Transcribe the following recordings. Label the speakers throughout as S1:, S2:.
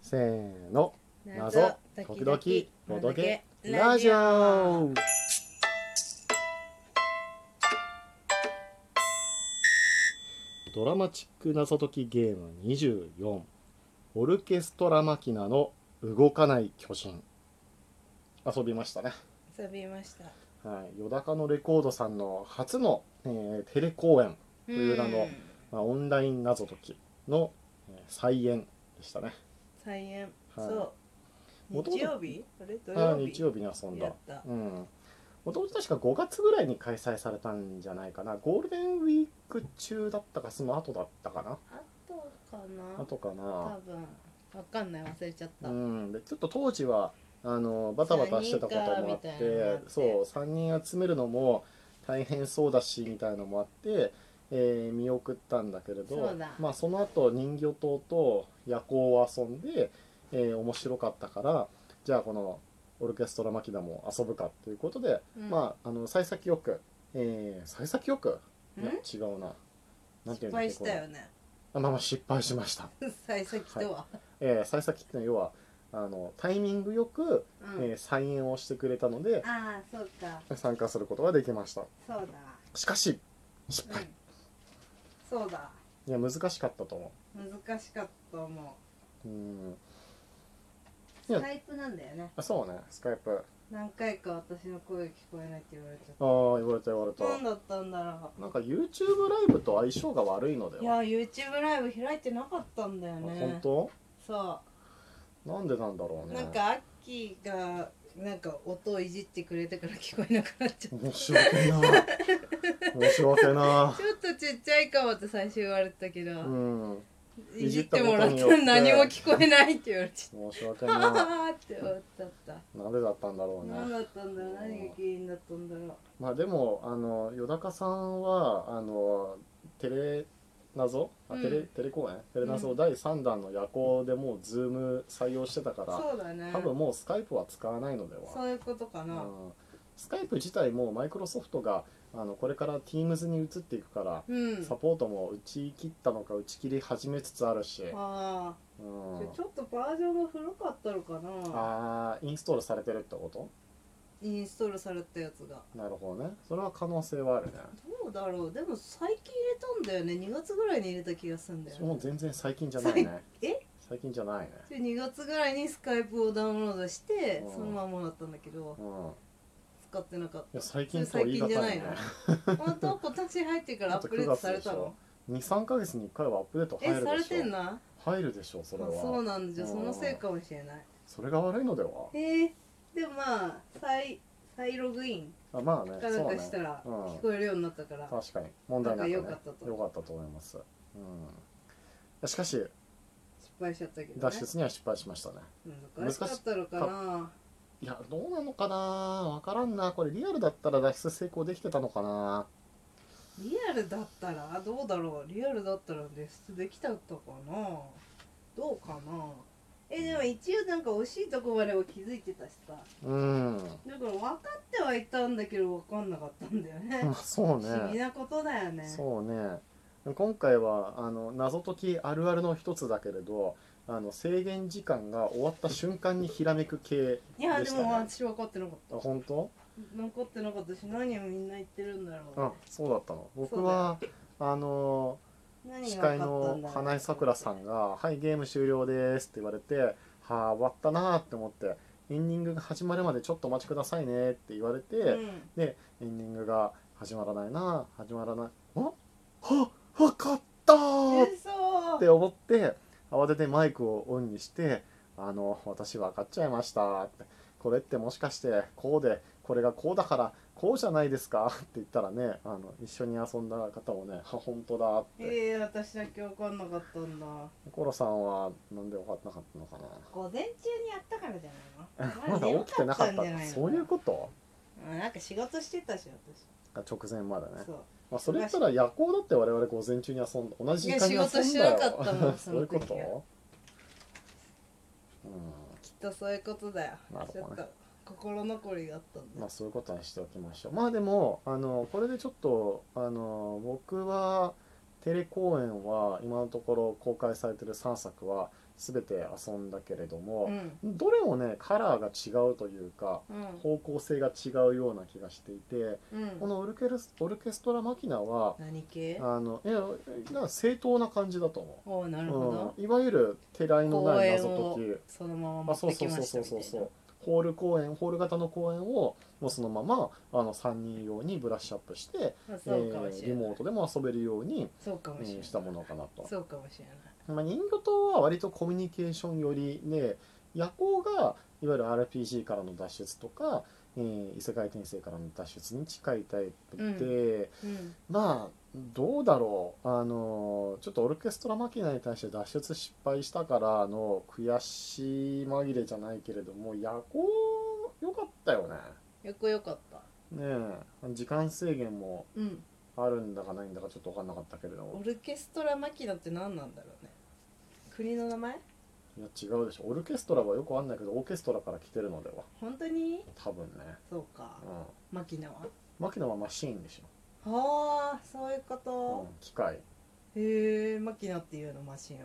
S1: せーの謎時々ボドゲラ
S2: ラ
S1: ジ
S2: ジオ
S1: オドラマチック謎解きゲーム24オルケストラマキナの動かない巨人遊びましたね
S2: 遊びました
S1: はい、よだかのレコードさんの初の、えーテレ公演、
S2: と
S1: いう名のまあ、オンライン謎解きの、えー再演でしたね
S2: 再演、
S1: はい
S2: そう
S1: 元々
S2: 日曜日あれ土
S1: あ
S2: 曜
S1: ー
S2: 日
S1: 日曜日に遊ん
S2: や
S1: だ
S2: った
S1: うんもともと確か5月ぐらいに開催されたんじゃないかなゴールデンウィーク中だったかその後だったかな
S2: あとか
S1: 後か
S2: な多
S1: な
S2: 分わかんない忘れちゃった、
S1: うんでちょっと当時はあのバタバタしてたこともあって
S2: 三人かみたいなのもあって
S1: そう3人集めるのも大変そうだしみたいのもあって、えー見送ったんだけれ
S2: そ
S1: ど
S2: うだ
S1: まあ、その後人形島と夜行を遊んで、えー面白かったからじゃあこのオルケストラマキナも遊ぶかということで、
S2: うん
S1: まああの幸先よく、えー、幸先よくいや
S2: ん
S1: 違うななんていうんだ
S2: 失
S1: っけ
S2: 敗したよね
S1: こ れあまあまあ失敗しました、
S2: 最先とは、
S1: えー、幸先ってのは要はあのタイミングよく、
S2: うん
S1: えー再演をしてくれたので
S2: ああそうか
S1: 参加することができました
S2: そう
S1: しかし失
S2: だ、う
S1: 敗、
S2: ん、そうだ
S1: いや難しかったと思
S2: 難しかったと思
S1: ううんいうや
S2: スカイプなんだよね
S1: あそうねスカイプ
S2: 何回か私の声聞こえないって言われちゃっ
S1: ああ言われた言われ
S2: た何
S1: た
S2: だったんだろ
S1: なんか YouTube ライブと相性が悪いので
S2: うい
S1: は
S2: や YouTube ライブ開いてなかったんだよ
S1: あ
S2: ね
S1: 本当
S2: そ
S1: なんでなんだろう
S2: う
S1: ね
S2: なんかアッキーがなんか音をいじってくれたから聞こえなくなっちゃ
S1: 申
S2: っ
S1: し訳ない申し訳な
S2: た ちょっとちっちゃいかもって最初言われたけど、
S1: いうん
S2: いじってもらった
S1: いじったこと
S2: ら
S1: によって
S2: 何も聞こえないって言われち
S1: 申し訳
S2: ゃったは
S1: な
S2: ははって思っちゃった
S1: いなんでだったんだろう
S2: 何
S1: ね
S2: だったんだろう何が原因だったんだろう
S1: まあでもあのよだかさんはあのテレ謎あ
S2: うん
S1: テレ、テレ公演テレ謎
S2: うん
S1: 第3弾の夜行でもうズーム採用してたから、
S2: そうだね
S1: 多分もうスカイプは使わないのでは
S2: そういうことかな、
S1: うんスカイプ自体もマイクロソフトがあのこれから Teams に移っていくから、
S2: うん
S1: サポートも打ち切ったのか打ち切り始めつつあるし、
S2: あ
S1: うん
S2: あ、ちょっとバージョンが古かったのかな
S1: あーインストールされてるってこと
S2: インストールされたやつが
S1: なるほどねそれは可能性はあるね
S2: どうだろうでも最近入れたんだよね2月ぐらいに入れた気がするんだよね
S1: もう全然最近じゃないね
S2: え
S1: 最近じゃないね
S2: で2月ぐらいにスカイプをダウンロードして
S1: うん
S2: そのままだったんだけど
S1: うんい
S2: 使ってなかっ
S1: や最近
S2: た
S1: とは
S2: 最
S1: 言い
S2: 近じゃ
S1: 難
S2: ないい
S1: ね
S2: の本当今年入ってからアップデートされたの
S1: 23ヶ月に1回はアップデート
S2: え
S1: 入
S2: さ
S1: る
S2: れ
S1: でして
S2: ん
S1: ょ
S2: な
S1: 入るでしょそれ
S2: あそう
S1: は
S2: なんだじゃあ
S1: うん
S2: そのせいかもしれない
S1: それが悪いのでは
S2: えー、でもまあ再再ログイン
S1: あまあね
S2: かな
S1: そ
S2: ん
S1: う
S2: かした
S1: ね
S2: ら
S1: うん
S2: 聞こえるようになったから、
S1: 確かに問題なくね
S2: な
S1: 良
S2: んか
S1: か
S2: 良かったと
S1: ったと思います、うん、しかし
S2: 失敗しちゃったけど
S1: 脱
S2: ね
S1: 出には失敗しましたね
S2: 難しかったのかない
S1: やどうなのかなわからんなこれリアルだったら脱出成功できてたのかな
S2: リアルだったらどうだろうリアルだったら脱出できたったかなどうかなえでも一応なんか惜しいとこまでは気づいてたしさ
S1: うん
S2: だから分かってはいたんだけど分かんなかったんだよね
S1: まあそう
S2: 不思議
S1: ね
S2: なことだよね
S1: そうね今回はあの謎解きあるあるの一つだけれどあの制限時間が終わった瞬間にひらめく系
S2: いや
S1: で
S2: で
S1: したね
S2: も私分かってなかっ
S1: あ本当
S2: た分かってなかったし何をみんな言ってるんだろう
S1: あそうだったの僕はあの
S2: 何
S1: 司
S2: が
S1: 会
S2: 分かったんだろ
S1: の
S2: う
S1: 花井さくらさんが「はいゲーム終了です」って言われて「はあ終わったな」って思って「エンディングが始まるまでちょっとお待ちくださいね」って言われて、
S2: うん
S1: エンディングが始まらないな始まらないあはわかったーっ
S2: 嘘
S1: て思って慌ててマイクをオンにして「あの私分かっちゃいました」って「これってもしかしてこうでこれがこうだからこうじゃないですか」って言ったらねあの一緒に遊んだ方もね「あ本当だ」って
S2: えー、私だけ分かんなかったんだ
S1: コロさんはなんで分かってなかったのかな
S2: 午前中にやったからじゃないの
S1: まだ
S2: 眠
S1: 起きてなかった
S2: んじゃいの
S1: そういうこと
S2: うんなんか仕事してたし
S1: が直前までね
S2: 私、そう
S1: まあ、それ言ったら夜行だって我々午前中に遊んだ同じ時間に遊んだよ
S2: いや仕事してなかったも ん
S1: そういうこ
S2: その時は
S1: と
S2: きっとそういうことだよ
S1: なるほ
S2: ち
S1: ど
S2: ょ
S1: ね
S2: っと心残りがあったん
S1: うん
S2: だ
S1: まあそういうことにしておきましょうまあでもあのこれでちょっとあの僕はテレ公演は今のところ公開されてる3作は全て遊んだけれど
S2: う
S1: も、
S2: ん
S1: どれもねカラーが違うというか
S2: うん
S1: 方向性が違うような気がしていて
S2: うん
S1: このオルケルスオルケストラ・マキナは
S2: 何系
S1: あのいやなんか正当な感じだと思う。
S2: おおなるほど、
S1: うん、いわゆる手らいの
S2: 公
S1: ない
S2: 園
S1: 謎
S2: を
S1: 解き
S2: そのまま
S1: あ
S2: 持
S1: そう
S2: って
S1: そ
S2: き
S1: うそ
S2: ま
S1: う
S2: した
S1: そう
S2: みた
S1: そ
S2: いう
S1: そ
S2: な
S1: うホール公演ホール型の公演をもうそのままあの3人用にブラッシュアップして、
S2: まあ
S1: え
S2: そうかもし
S1: ー
S2: れ
S1: リ
S2: ない、
S1: モートでも遊べるように、
S2: そうか
S1: う
S2: もしれない
S1: ん、したものかなと、
S2: そうかもしれない
S1: まあ、人魚島は割とコミュニケーション寄りで夜行がいわゆる RPG からの脱出とか、えー異世界転生からの脱出に近いタイプで、
S2: うん
S1: まあどうだろうあのちょっとオルケストラマキナに対して脱出失敗したからの悔しい紛れじゃないけれども夜行良かったよね
S2: よくよかった
S1: ねえ時間制限も
S2: うん
S1: あるんだかないんだかちょっと分かんなかったけれども
S2: オルケストラマキナって何なんだろうね国の名前
S1: いや違うでしょオルケストラはよくあんないけどオーケストラから来てるのでは
S2: 本当に
S1: 多分ね
S2: そうか
S1: うん
S2: マキナは
S1: マキナはマシーンでし
S2: はあそういうこ
S1: ょ、
S2: と
S1: うん、、機械
S2: へえマキナっていうのマシンを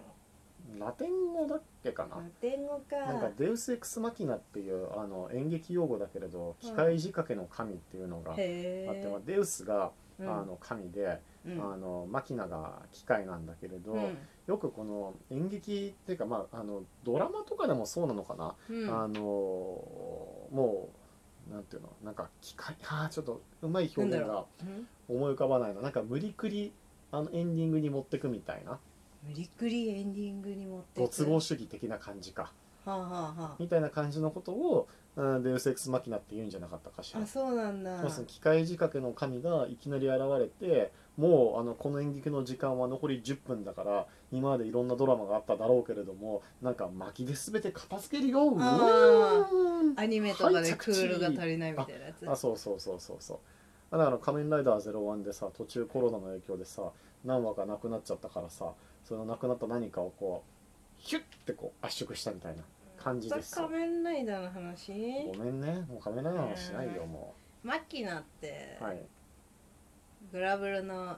S1: ラテン語だっけかな
S2: ラテン語か
S1: なんかデウス・エクス・マキナっていうあの演劇用語だけれど機械仕掛けの神っていうのがあって、
S2: へえ
S1: まあ、デウスが、
S2: うん
S1: あの神で、
S2: うん
S1: あのマキナが機械なんだけれど、
S2: うん
S1: よくこの演劇っていうか、まあ、あのドラマとかでもそうなのかな、
S2: うん
S1: あのもうなんていうのなんか機械あーちょっとうまい表現
S2: なんだ
S1: が
S2: うん
S1: 思い浮かばないのなんか無理くりあのエンディングに持ってくみたいな
S2: 無理くりエンディングに持って
S1: ご
S2: く
S1: 都合主義的な感じか。
S2: はあ、はあは
S1: みたいな感じのことを、うん、デウス・エクス・マキナって言うんじゃなかったかし
S2: あ、
S1: ら
S2: あ。そうなんだ
S1: まあその機械仕掛けの神がいきなり現れてもうあのこの演劇の時間は残り10分だから今までいろんなドラマがあっただろうけれどもなんか巻きで全て片付けるよう
S2: あ
S1: ーん
S2: アニメとか
S1: はい
S2: で
S1: 着
S2: ク
S1: 地
S2: ールが足りないみたいなやつ
S1: あそうそうそうそうそうあだから「仮面ライダー01」でさ途中コロナの影響でさ何話かなくなっちゃったからさそのなくなった何かをこうヒュッてこう圧縮したみたいな感じです
S2: また仮面ライダーの話
S1: ごめんねもう仮面ライダーの話しないよ
S2: うん
S1: も
S2: マキナって、
S1: うはい
S2: グラブルの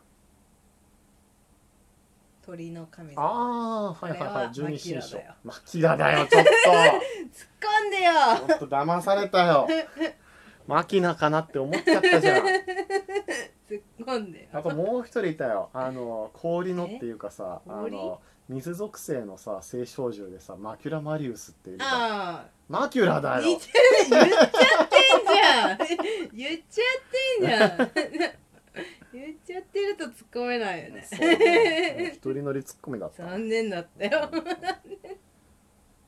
S2: 鳥の神様
S1: ああはいはいはい
S2: あれは
S1: 12神将マキラだよちょっ
S2: 突っ込んでよ
S1: とちょっと騙された よマキナかなって思っちゃったじゃん
S2: 突っ込んで
S1: あ
S2: よ
S1: ともう一人いたよあの氷のっていうかさ
S2: え
S1: あの水属性のさ青少獣でさマキュラマリウスっていうじゃん
S2: あ
S1: マキュラだ
S2: あ似
S1: よ
S2: てる言っちゃってんじゃん言っちゃってんじゃん言っちゃってると突っ込めないよね
S1: そうね一人乗りツッコミだった
S2: 残念だったよ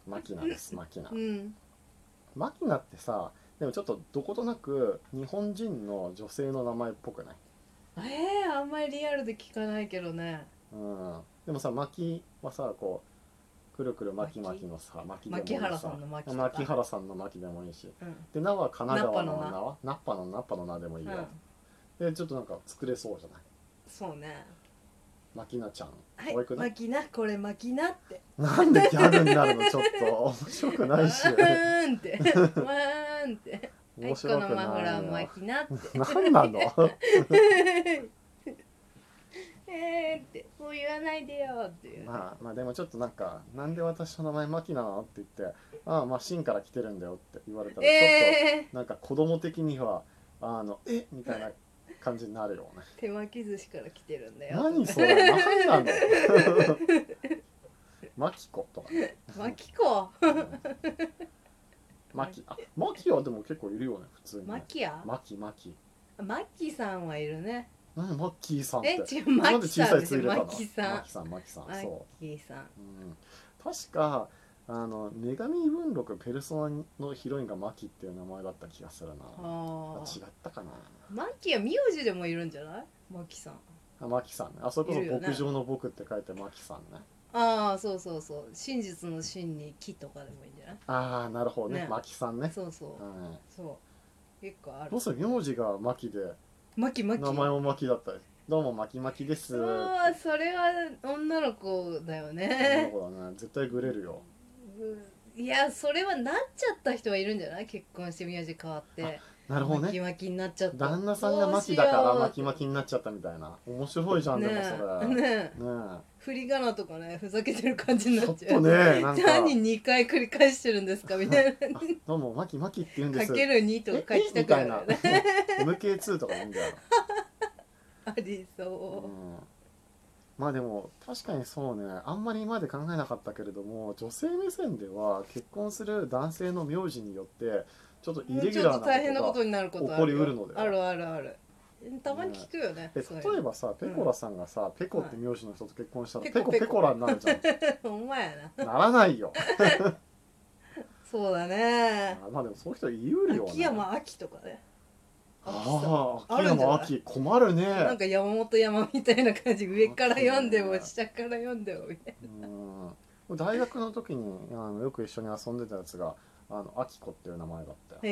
S1: マキナですマキナ
S2: うん
S1: マキナってさでもちょっとどことなく日本人の女性の名前っぽくない
S2: えー、あんまりリアルで聞かないけどね
S1: うんでもさ巻きはさこうくるくる巻き巻きのさ巻きでもいい
S2: 牧原さんの巻きとか
S1: 牧原さんの巻きでもいいし
S2: うん
S1: で名は神奈川の
S2: ナッパの名
S1: 名はナッパのナッパの名でもいいよ、でちょっとなんか作れそうじゃない
S2: そうね
S1: 巻きなちゃん
S2: はい
S1: 可愛くない、
S2: 巻きなこれ巻きなって
S1: なんでギャルになるのちょっと面白くないし
S2: わー んってわーんってはい
S1: 面
S2: こ
S1: 白
S2: の
S1: く
S2: マフ
S1: な
S2: ラ
S1: い
S2: ー
S1: な
S2: 巻きなって
S1: 何なの
S2: えーってもう言わないでよっていう、
S1: まあまあでもちょっとなんかなんで私の名前マキなのって言ってああまあシンから来てるんだよって言われたらちょっと、
S2: え
S1: なんか子供的にはあのえみたいな感じになるよ ね
S2: ー、手巻き寿司から来てるんだよ
S1: 何そ れ何なのマキコとかね
S2: 巻き子
S1: マキあマキはでも結構いるよね普通に、ね、
S2: 巻きや
S1: マキマキ
S2: 巻きさんはいるね
S1: 何マッキーさんって
S2: え違う
S1: なん
S2: 巻
S1: で
S2: き
S1: 小
S2: さ
S1: さ
S2: ん
S1: い
S2: で
S1: つ
S2: す
S1: 入れたの
S2: 巻きさん
S1: マキさんマキさん
S2: マ
S1: そ
S2: キさん
S1: う、うん、確かあの女神文録ペルソナのヒロインがマキっていう名前だった気がするなあ
S2: あ
S1: 違
S2: ー
S1: ったかな
S2: マキは名字でもいるんじゃないマキさん
S1: あマキさんねあそれこそ
S2: いるよね
S1: 牧場の僕って書いてマキさんね
S2: ああそうそうそう真実の真に木とかでもいいんじゃない
S1: ああなるほどね
S2: ね
S1: マキさんね、
S2: そうそう
S1: うん、
S2: そう結構ある
S1: どうせ名字がマキで
S2: マキマキ
S1: 名前もマキだったりどうもマキマキです
S2: そうそれは女の子だよ
S1: なる
S2: ね
S1: ほどね絶対グレるよ
S2: うんいやそれはなっちゃった人はいるんじゃない結婚して名字変わって
S1: なるほど
S2: 巻き
S1: ね
S2: 巻きになっちゃった
S1: 旦那さんが巻きだから巻き
S2: き
S1: 巻きになっちゃったみたいな面白いじゃんでもそれ
S2: ねえ
S1: ね
S2: ねえ振り仮名とかねふざけてる感じに
S1: えち
S2: な
S1: ょ
S2: っ
S1: っ
S2: ちゃ
S1: と
S2: う
S1: ねなんか
S2: 何2回繰り返してるんですか みたいな
S1: あどうも巻き巻きって言うんで
S2: か
S1: す
S2: ける2と
S1: え
S2: か書き
S1: え
S2: た
S1: み
S2: く
S1: た
S2: ないる
S1: な
S2: よね
S1: MK2 とかもいいんだよ
S2: ありそううん
S1: まあでも確かにそうねあんまり今まで考えなかったけれども女性目線では結婚する男性の名字によってちょっとイ
S2: もう
S1: レギ
S2: ち
S1: ュ
S2: ょっ
S1: ラー
S2: と大変
S1: な
S2: な
S1: こ
S2: こと
S1: が
S2: とになることあ
S1: 起こ
S2: る
S1: り
S2: よ
S1: うるのでは
S2: あるあるあるたまに聞くよね
S1: え
S2: そう
S1: 例えばさペコラさんがさ、ペコって名字の人と結婚したら、ペコペコラになるじゃん
S2: いうの ほんまやな
S1: ならない よ
S2: そうだね
S1: あまあでもそういう人言いうるよね
S2: 秋山秋とかね
S1: ああ
S2: あ
S1: 秋
S2: るんじゃ
S1: 山
S2: ない
S1: 秋困るね
S2: なんか山本山みたいな感じ上から読んでも下から読んでもみたい
S1: うん大学の時にあのよく一緒に遊んでたやつがあの秋子っていう名前だったよ
S2: なへ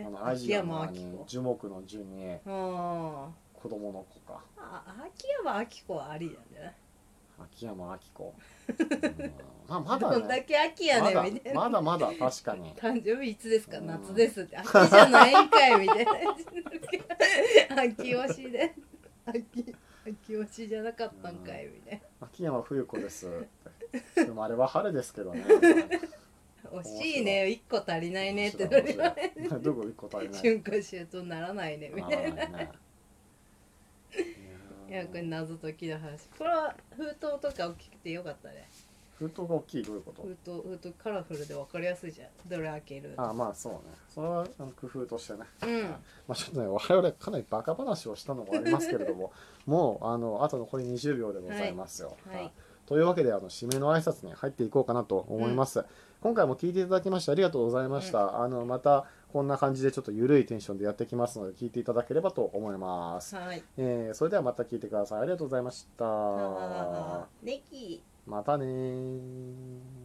S2: え
S1: あのア
S2: 秋
S1: ジア
S2: 山
S1: の
S2: 秋
S1: に
S2: 子
S1: 樹木の樹に
S2: あ
S1: 子供の子か
S2: ーあ秋山秋子はありなんじゃない
S1: 秋山秋 子、うんまあまだ
S2: どんだ
S1: ね
S2: け秋やねんみたいな
S1: まだまだまだ確かに
S2: 誕生日いつですか
S1: うん
S2: 夏ですって秋じゃないんかいみたいな感じになるけど秋推しで秋秋推しじゃなかったんかいみたい
S1: 秋山冬子ですって生まれは春ですけどね
S2: な惜しいね一個足りないねってな
S1: 面
S2: る
S1: 白
S2: よ
S1: い
S2: ね
S1: 面白いどこ行くことない
S2: 春夏秋冬ならないねみたいな
S1: ならないね
S2: いやこれ謎解きの話これは封筒とか大きくてよかったね
S1: 封筒が大きいどういうこと
S2: 封筒封筒カラフルで分かりやすいじゃんどれ開ける
S1: ああまあそうねそれはあの工夫としてね
S2: うん
S1: まあちょっとね我々かなりバカ話をしたのもありますけれど ももうあのあと残り20秒でございますよ、
S2: はいはい
S1: というわけであの締めの挨拶に入っていこうかなと思います、今回も聞いていただきましてありがとうございました、あのまたこんな感じでちょっと緩いテンションでやってきますので聞いていただければと思います、
S2: はい
S1: えーそれではまた聞いてくださいありがとうございました
S2: あーネギ
S1: またねー